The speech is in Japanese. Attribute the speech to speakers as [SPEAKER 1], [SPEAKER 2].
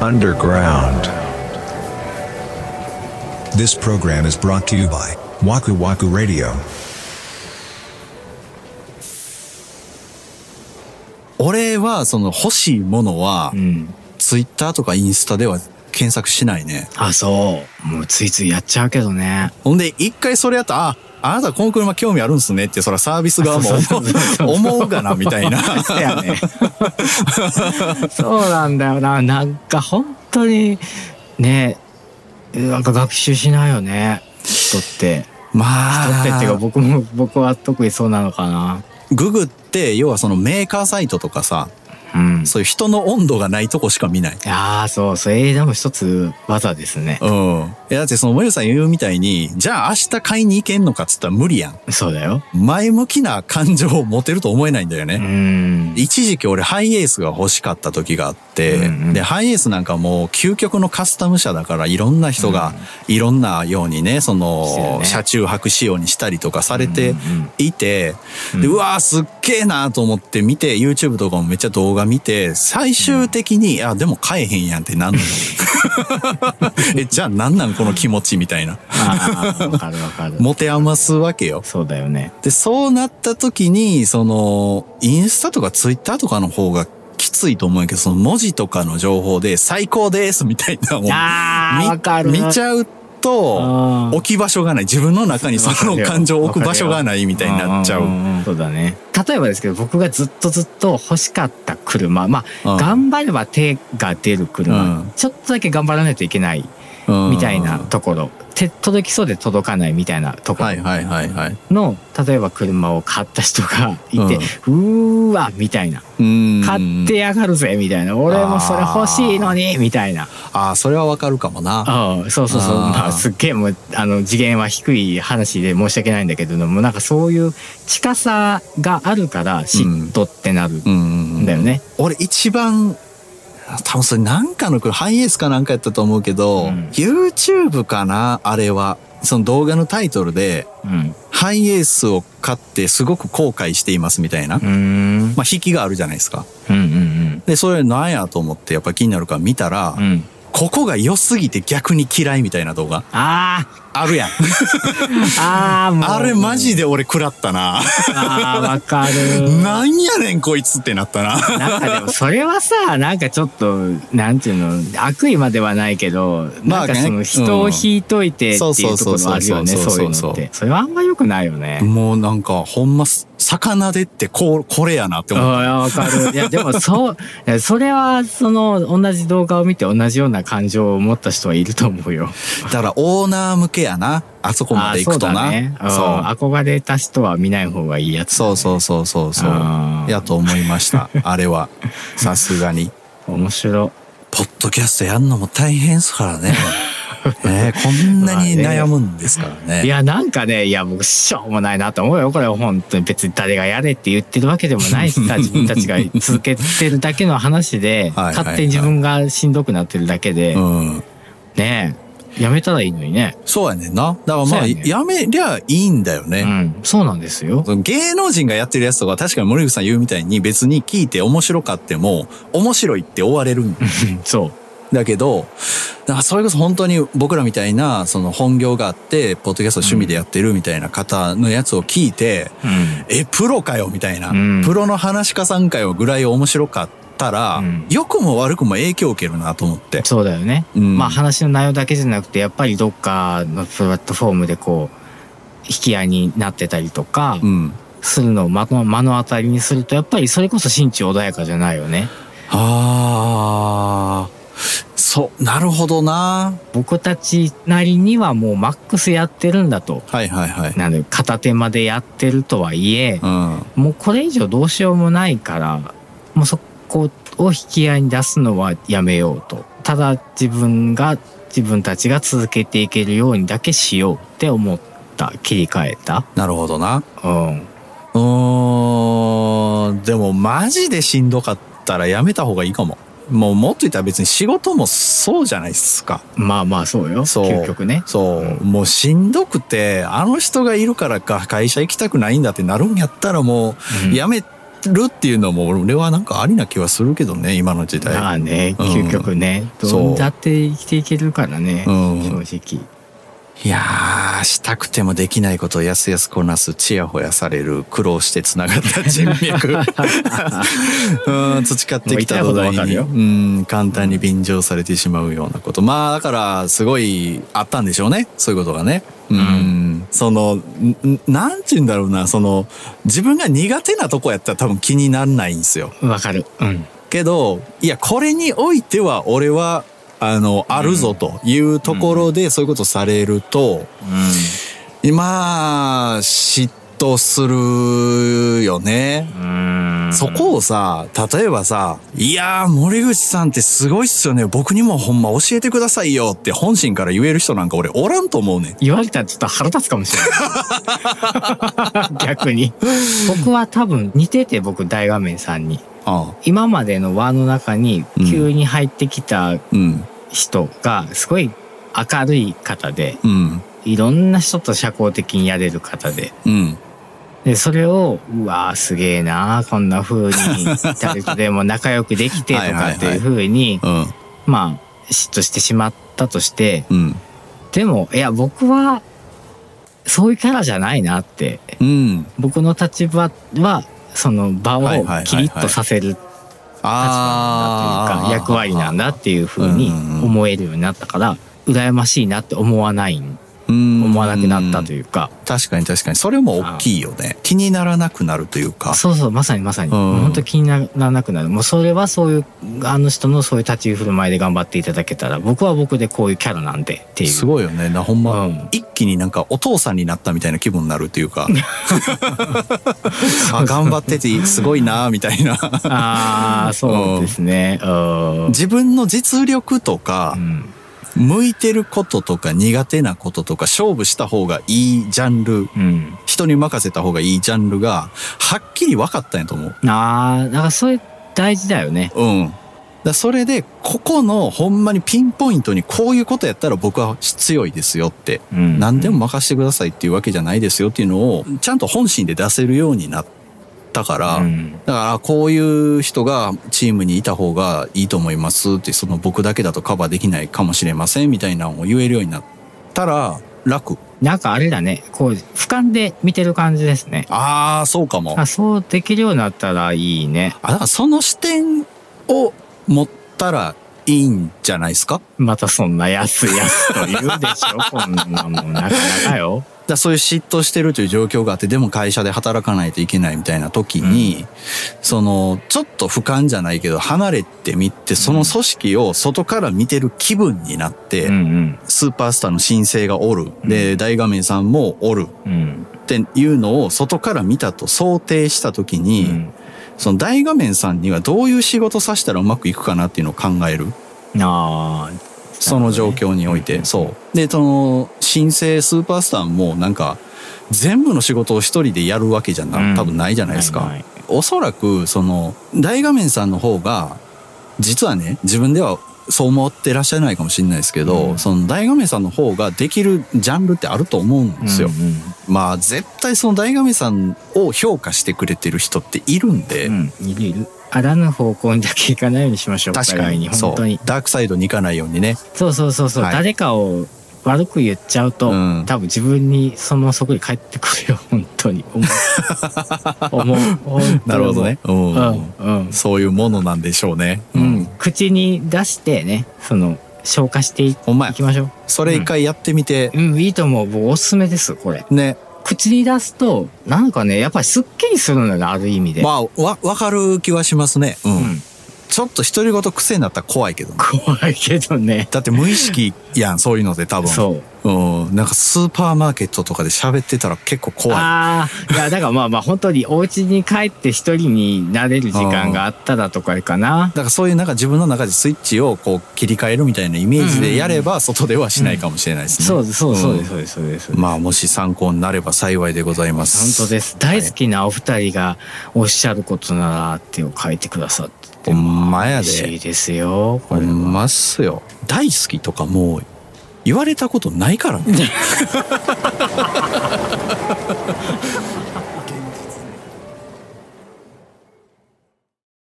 [SPEAKER 1] Underground.
[SPEAKER 2] This program is brought to you by Waku Waku Radio.
[SPEAKER 3] 俺はその欲しいものは、
[SPEAKER 4] うん。
[SPEAKER 3] ツイッターとかインスタでは検索しないね。
[SPEAKER 4] あ、そう。もうついついやっちゃうけどね。
[SPEAKER 3] ほんで、一回それやったら、あ、あなたこの車興味あるんすねって、そらサービス側も
[SPEAKER 4] そうそうそうそう
[SPEAKER 3] 思うかな、みたいな。
[SPEAKER 4] そうやね。そうなんだよ な。なんか本当に、ね、なんか学習しないよね。人って。
[SPEAKER 3] ま
[SPEAKER 4] 人ってっていうか
[SPEAKER 3] あ、
[SPEAKER 4] 僕も、 僕は特にそうなのかな。
[SPEAKER 3] ググって、要はそのメーカーサイトとかさ、
[SPEAKER 4] うん。
[SPEAKER 3] そういう人の温度がないとこしか見ない。
[SPEAKER 4] ああ、そう、それでも一つ技ですね。
[SPEAKER 3] うん。え、だってその、もゆさん言うみたいに、じゃあ明日買いに行けんのかっつったら無理やん。
[SPEAKER 4] そうだよ。
[SPEAKER 3] 前向きな感情を持てると思えないんだよね。
[SPEAKER 4] うん。
[SPEAKER 3] 一時期俺ハイエースが欲しかった時があって、
[SPEAKER 4] うんうん
[SPEAKER 3] で、ハイエースなんかもう究極のカスタム車だからいろんな人がいろんなようにね、そ
[SPEAKER 4] そうだよ
[SPEAKER 3] の、
[SPEAKER 4] ね
[SPEAKER 3] 車中泊仕様にしたりとかされて
[SPEAKER 4] うんうん
[SPEAKER 3] いて、で、うわーすっげえなーと思って見て、YouTube とかもめっちゃ動画見て、最終的に、あ、でも買えへんやんってなんの え、じゃあなんなんこの気持ちみた いな。
[SPEAKER 4] ああ、わかるわかる。
[SPEAKER 3] 持て余すわけよ。
[SPEAKER 4] そうだよね。
[SPEAKER 3] で、そうなった時に、その、インスタとかツイッターとかの方がきついと思うけど、その文字とかの情報で最高ですみたいなのを
[SPEAKER 4] ああ、
[SPEAKER 3] み
[SPEAKER 4] わかる。
[SPEAKER 3] 見ちゃう
[SPEAKER 4] あ
[SPEAKER 3] と、
[SPEAKER 4] ー
[SPEAKER 3] 置き場所がない。自分の中にその感情を置く場所がないみたいになっちゃ
[SPEAKER 4] ん
[SPEAKER 3] う。
[SPEAKER 4] んんんそうだね例えばですけど僕がずっとずっと欲しかった車まあ、
[SPEAKER 3] うん
[SPEAKER 4] 頑張れば手が出る車、
[SPEAKER 3] うん
[SPEAKER 4] ちょっとだけ頑張らないといけない
[SPEAKER 3] うん
[SPEAKER 4] みたいな。ところ、手届きそうで届かないみたいなとこ
[SPEAKER 3] はいはいはいはい。
[SPEAKER 4] ろの、例えば車を買った人がいて、うーわみたいな
[SPEAKER 3] うん
[SPEAKER 4] 買って。やがるぜみたいな俺もそれ欲しいのにみたいな
[SPEAKER 3] ああ、それはわかるかもな。
[SPEAKER 4] ああそうそうそう
[SPEAKER 3] あー
[SPEAKER 4] まあすっげえもうあの次元は低い話で申し訳ないんだけれどもなんかそういう近さがあるから嫉妬ってなる
[SPEAKER 3] うん
[SPEAKER 4] んだよね。
[SPEAKER 3] 俺一番多分それなんかのこれハイエースかなんかやったと思うけど、
[SPEAKER 4] うん
[SPEAKER 3] YouTube かなあれはその動画のタイトルで
[SPEAKER 4] うん
[SPEAKER 3] ハイエースを買ってすごく後悔していますみたいな、
[SPEAKER 4] うーん
[SPEAKER 3] まあ引きがあるじゃないですか
[SPEAKER 4] うんうん
[SPEAKER 3] でそれなんやと思ってやっぱ気になるから見たら、
[SPEAKER 4] うんうん
[SPEAKER 3] ここが良すぎて逆に嫌いみたいな動画
[SPEAKER 4] あ
[SPEAKER 3] あるやん
[SPEAKER 4] ーあーもう
[SPEAKER 3] あれマジで俺食らったな
[SPEAKER 4] あーわかる
[SPEAKER 3] なんやねんこいつってなったな
[SPEAKER 4] なんかでもそれはさなんかちょっとなんていうの悪意まではないけど
[SPEAKER 3] ま
[SPEAKER 4] な
[SPEAKER 3] あ
[SPEAKER 4] ん
[SPEAKER 3] ね
[SPEAKER 4] かその人を引いといてっていうところあるよね
[SPEAKER 3] うんそう
[SPEAKER 4] そう
[SPEAKER 3] そ
[SPEAKER 4] いう
[SPEAKER 3] そうそう
[SPEAKER 4] うのってそれはあんま良くないよね。
[SPEAKER 3] もうなんかほんま魚でってこうこれやなって思った
[SPEAKER 4] ああわかる。いや、でもそう、いやそれは、その、同じ動画を見て同じような感情を持った人はいると思うよ。
[SPEAKER 3] だからオーナー向けやな。あそこまで行くと
[SPEAKER 4] あ
[SPEAKER 3] な。
[SPEAKER 4] あ
[SPEAKER 3] そう,、
[SPEAKER 4] そうだね。そう。憧れた人は見ない方がいいやつ。
[SPEAKER 3] そうそうそうそうそう
[SPEAKER 4] あー
[SPEAKER 3] やと思いま した。あれは。さすがに。
[SPEAKER 4] 面白。
[SPEAKER 3] ポッドキャストやんのも大変ですから ね。ねえこんなに悩むんですからね。
[SPEAKER 4] いや、なんかね、いや、僕、しょうもないなと思うよ。これ、本当に別に誰がやれって言ってるわけでもないしさ、自分たちが続けてるだけの話 で、
[SPEAKER 3] はいはいはい
[SPEAKER 4] 勝手に自分がしんどくなってるだけで、
[SPEAKER 3] うん。
[SPEAKER 4] ねえ、やめたらいいのにね。
[SPEAKER 3] そうやねんな。だからまあ、
[SPEAKER 4] そうやねん
[SPEAKER 3] やめりゃいいんだよ
[SPEAKER 4] う
[SPEAKER 3] ね。
[SPEAKER 4] ん、そうなんですよ。
[SPEAKER 3] その芸能人がやってるやつとか確かに森口さん言うみたいに別に聞いて面白かっても面白いって終われるん
[SPEAKER 4] そう。
[SPEAKER 3] だけど、だからそれこそ本当に僕らみたいな、その本業があって、ポッドキャスト趣味でやってるみたいな方のやつを聞いて、
[SPEAKER 4] うん。
[SPEAKER 3] え、プロかよみたいな、
[SPEAKER 4] うん
[SPEAKER 3] プロの話家さんかよぐらい面白かったら
[SPEAKER 4] うん、
[SPEAKER 3] 良、くも悪くも影響を受けるなと思って。
[SPEAKER 4] そうだよね、
[SPEAKER 3] うん
[SPEAKER 4] まあ話の内容だけじゃなくてやっぱりどっかのプラットフォームでこう引き合いになってたりとか
[SPEAKER 3] うん。
[SPEAKER 4] するのをま目の当たりにするとやっぱりそれこそ心中穏やかじゃないよね
[SPEAKER 3] あー、そう、なるほどな。
[SPEAKER 4] 僕たちなりにはもうマックスやってるんだと
[SPEAKER 3] はいはいはい。
[SPEAKER 4] なので片手間でやってるとはいえ
[SPEAKER 3] うん。
[SPEAKER 4] もうこれ以上どうしようもないからもうそこを引き合いに出すのはやめようとただ自分が自分たちが続けていけるようにだけしようって思った切り替えた
[SPEAKER 3] なるほどな。
[SPEAKER 4] うん
[SPEAKER 3] うーん、でもマジでしんどかったらやめた方がいいかも。もうもっと言ったら別に仕事もそうじゃないですか。
[SPEAKER 4] まあまあそうよ
[SPEAKER 3] そう
[SPEAKER 4] 究極ね
[SPEAKER 3] そう、
[SPEAKER 4] うん
[SPEAKER 3] もうしんどくて、あの人がいるからか会社行きたくないんだってなるんやったらもう、
[SPEAKER 4] うん
[SPEAKER 3] やめるっていうのも俺はなんかありな気はするけどね今の時代、
[SPEAKER 4] まあね、
[SPEAKER 3] うん
[SPEAKER 4] 究極ね、
[SPEAKER 3] そう
[SPEAKER 4] どうだって生きていけるからね、
[SPEAKER 3] うん
[SPEAKER 4] 正直。
[SPEAKER 3] いやーしたくてもできないことをやすやすこなすちやほやされる苦労してつながった人 脈うん培ってきた土台
[SPEAKER 4] もう痛いほどわかる
[SPEAKER 3] に
[SPEAKER 4] よ
[SPEAKER 3] うん簡単に便乗されてしまうようなことまあだからすごいあったんでしょうねそういうことがね。うんそのんなんて言うんだろうなその自分が苦手なとこやったら多分気にならないんですよ。
[SPEAKER 4] わかる。うん。
[SPEAKER 3] けどいやこれにおいては俺はあのあるぞというところでそういうことされると、今嫉妬するよね。
[SPEAKER 4] うん。
[SPEAKER 3] そこをさ、例えばさ、いやー、森口さんってすごいっすよね。僕にもほんま教えてくださいよって本心から言える人なんか俺おらんと思うねん。
[SPEAKER 4] 言われたらちょっと腹立つかもしれ ない。逆に。僕は多分似てて、僕大画面さんに。
[SPEAKER 3] あ
[SPEAKER 4] 今までの輪の中に
[SPEAKER 3] うん
[SPEAKER 4] 急に入ってきた
[SPEAKER 3] うん、
[SPEAKER 4] 人がすごい明るい方で、
[SPEAKER 3] うん、
[SPEAKER 4] いろんな人と社交的にやれる方で、
[SPEAKER 3] うん、
[SPEAKER 4] で、それを、うわーすげえなーこんな風に、誰 とでも仲良くできてと
[SPEAKER 3] はいはい
[SPEAKER 4] か
[SPEAKER 3] はい
[SPEAKER 4] っていう風に、
[SPEAKER 3] うん、
[SPEAKER 4] まあ、嫉妬してしまったとして、
[SPEAKER 3] うん、
[SPEAKER 4] でも、いや、僕は、そういうキャラじゃないなって、
[SPEAKER 3] うん。
[SPEAKER 4] 僕の立場は、その
[SPEAKER 3] は
[SPEAKER 4] 場
[SPEAKER 3] いはい
[SPEAKER 4] を
[SPEAKER 3] はいはい
[SPEAKER 4] キリッとさせる立場なんだというか、役割なんだっていう風に思えるようになったから、羨ましいなって思わない、思
[SPEAKER 3] 思
[SPEAKER 4] わなくなったというか、
[SPEAKER 3] 確かに確かにそれも大きいよね気にならなくなるというか
[SPEAKER 4] そうそう、まさにまさに。
[SPEAKER 3] うん
[SPEAKER 4] 本当気にならなくなる。もうそれはそういう、あの人のそういう立ち居振る舞いで頑張っていただけたら、僕は僕でこういうキャラなんでっていう。
[SPEAKER 3] すごいよねなほんま、
[SPEAKER 4] うん
[SPEAKER 3] 一気になんかお父さんになったみたいな気分になるというか あ頑張っててすごいなみたいな
[SPEAKER 4] ああ、そうですね。うん。
[SPEAKER 3] 自分の実力とか
[SPEAKER 4] うん
[SPEAKER 3] 向いてることとか苦手なこととか勝負した方がいいジャンル
[SPEAKER 4] うん。
[SPEAKER 3] 人に任せた方がいいジャンルがはっきり分かったんやと思う
[SPEAKER 4] ああ、だからそれ大事だよね。
[SPEAKER 3] うん。だからそれで、ここのほんまにピンポイントにこういうことやったら僕は強いですよって、
[SPEAKER 4] うん
[SPEAKER 3] 何でも任せてくださいっていうわけじゃないですよっていうのを、ちゃんと本心で出せるようになったから、
[SPEAKER 4] うん。
[SPEAKER 3] だからこういう人がチームにいた方がいいと思いますって、その僕だけだとカバーできないかもしれませんみたいなのを言えるようになったら楽。
[SPEAKER 4] なんかあれだね。こう、俯瞰で見てる感じですね。
[SPEAKER 3] ああ、そうかも。
[SPEAKER 4] あそうできるようになったらいいね。
[SPEAKER 3] あ、だからその視点を持ったらいいんじゃないですか
[SPEAKER 4] またそんな安い安と言うでし ょ。こんなもんなかなかよ。
[SPEAKER 3] だからそういう嫉妬してるという状況があって、でも会社で働かないといけないみたいな時に、その、ちょっと俯瞰じゃないけど、離れてみて、その組織を外から見てる気分になって、
[SPEAKER 4] うん
[SPEAKER 3] スーパースターの新星がおる、で、大画面さんもおる
[SPEAKER 4] うん。うん。
[SPEAKER 3] っていうのを外から見たと想定した時に、
[SPEAKER 4] うん
[SPEAKER 3] その大画面さんにはどういう仕事させたらうまくいくかなっていうのを考える。
[SPEAKER 4] あ
[SPEAKER 3] その状況において、そう。で、その、新生スーパースターもなんか、全部の仕事を一人でやるわけじゃな、
[SPEAKER 4] うん
[SPEAKER 3] 多分ないじゃないですか。
[SPEAKER 4] ないない
[SPEAKER 3] おそらく、その、大画面さんの方が、実はね、自分ではそう思ってらっしゃらないかもしれないですけど、
[SPEAKER 4] うん
[SPEAKER 3] その大画面さんの方ができるジャンルってあると思うん
[SPEAKER 4] あ
[SPEAKER 3] ですよ。まあ、絶対その大画面さんを評価してくれてる人っているんで、
[SPEAKER 4] うん、いるいる。あらぬ方向にだけ行かないようにしましょう。
[SPEAKER 3] 確
[SPEAKER 4] お
[SPEAKER 3] か
[SPEAKER 4] 互い
[SPEAKER 3] に、そ
[SPEAKER 4] 本
[SPEAKER 3] う。
[SPEAKER 4] 当に。
[SPEAKER 3] ダークサイドに行かないようにね。
[SPEAKER 4] そうそうそうそう、
[SPEAKER 3] はい
[SPEAKER 4] 誰かを悪く言っちゃうと、
[SPEAKER 3] うん
[SPEAKER 4] 多分自分にそのそこに返ってくるよ。本当に。思う。思う本当に思う
[SPEAKER 3] なるほどね。。
[SPEAKER 4] うんうん。
[SPEAKER 3] そういうものなんでしょうね。
[SPEAKER 4] うん。口に出してね、その消化していい
[SPEAKER 3] ほんまや
[SPEAKER 4] きましょう。
[SPEAKER 3] それ一回やってみて、
[SPEAKER 4] うん、いいと思う。僕おすすめです。これ。
[SPEAKER 3] ね。
[SPEAKER 4] 口に出すと、なんかね、やっぱりすっきりするのよね、ある意味で。
[SPEAKER 3] まあ、わ、わかる気はしますね。うん。
[SPEAKER 4] うん
[SPEAKER 3] ちょっと独り言癖になったら怖いけどね。
[SPEAKER 4] 怖いけどね。
[SPEAKER 3] だって無意識やん、そういうので多分。
[SPEAKER 4] そう。
[SPEAKER 3] う。ん。なんかスーパーマーケットとかで喋ってたら結構怖い。
[SPEAKER 4] ああ、いや、だからまあまあ本当にお家に帰って一人になれる時間があったらとかかな。
[SPEAKER 3] だからそういうなんか自分の中でスイッチをこう切り替えるみたいなイメージでやれば外ではしないかもしれないですね。
[SPEAKER 4] そうです、そうです、そうで
[SPEAKER 3] ん
[SPEAKER 4] す、そうです、そうです。
[SPEAKER 3] まあもし参考になれば幸いでございます。
[SPEAKER 4] 本当です。大好きなお二人がおっしゃることならってを書いてくださってて。
[SPEAKER 3] ほんまや
[SPEAKER 4] 嬉し
[SPEAKER 3] で。
[SPEAKER 4] いですよ。こ
[SPEAKER 3] ほ
[SPEAKER 4] れ
[SPEAKER 3] んまっすよ。大好きとかもう言われたことないからね。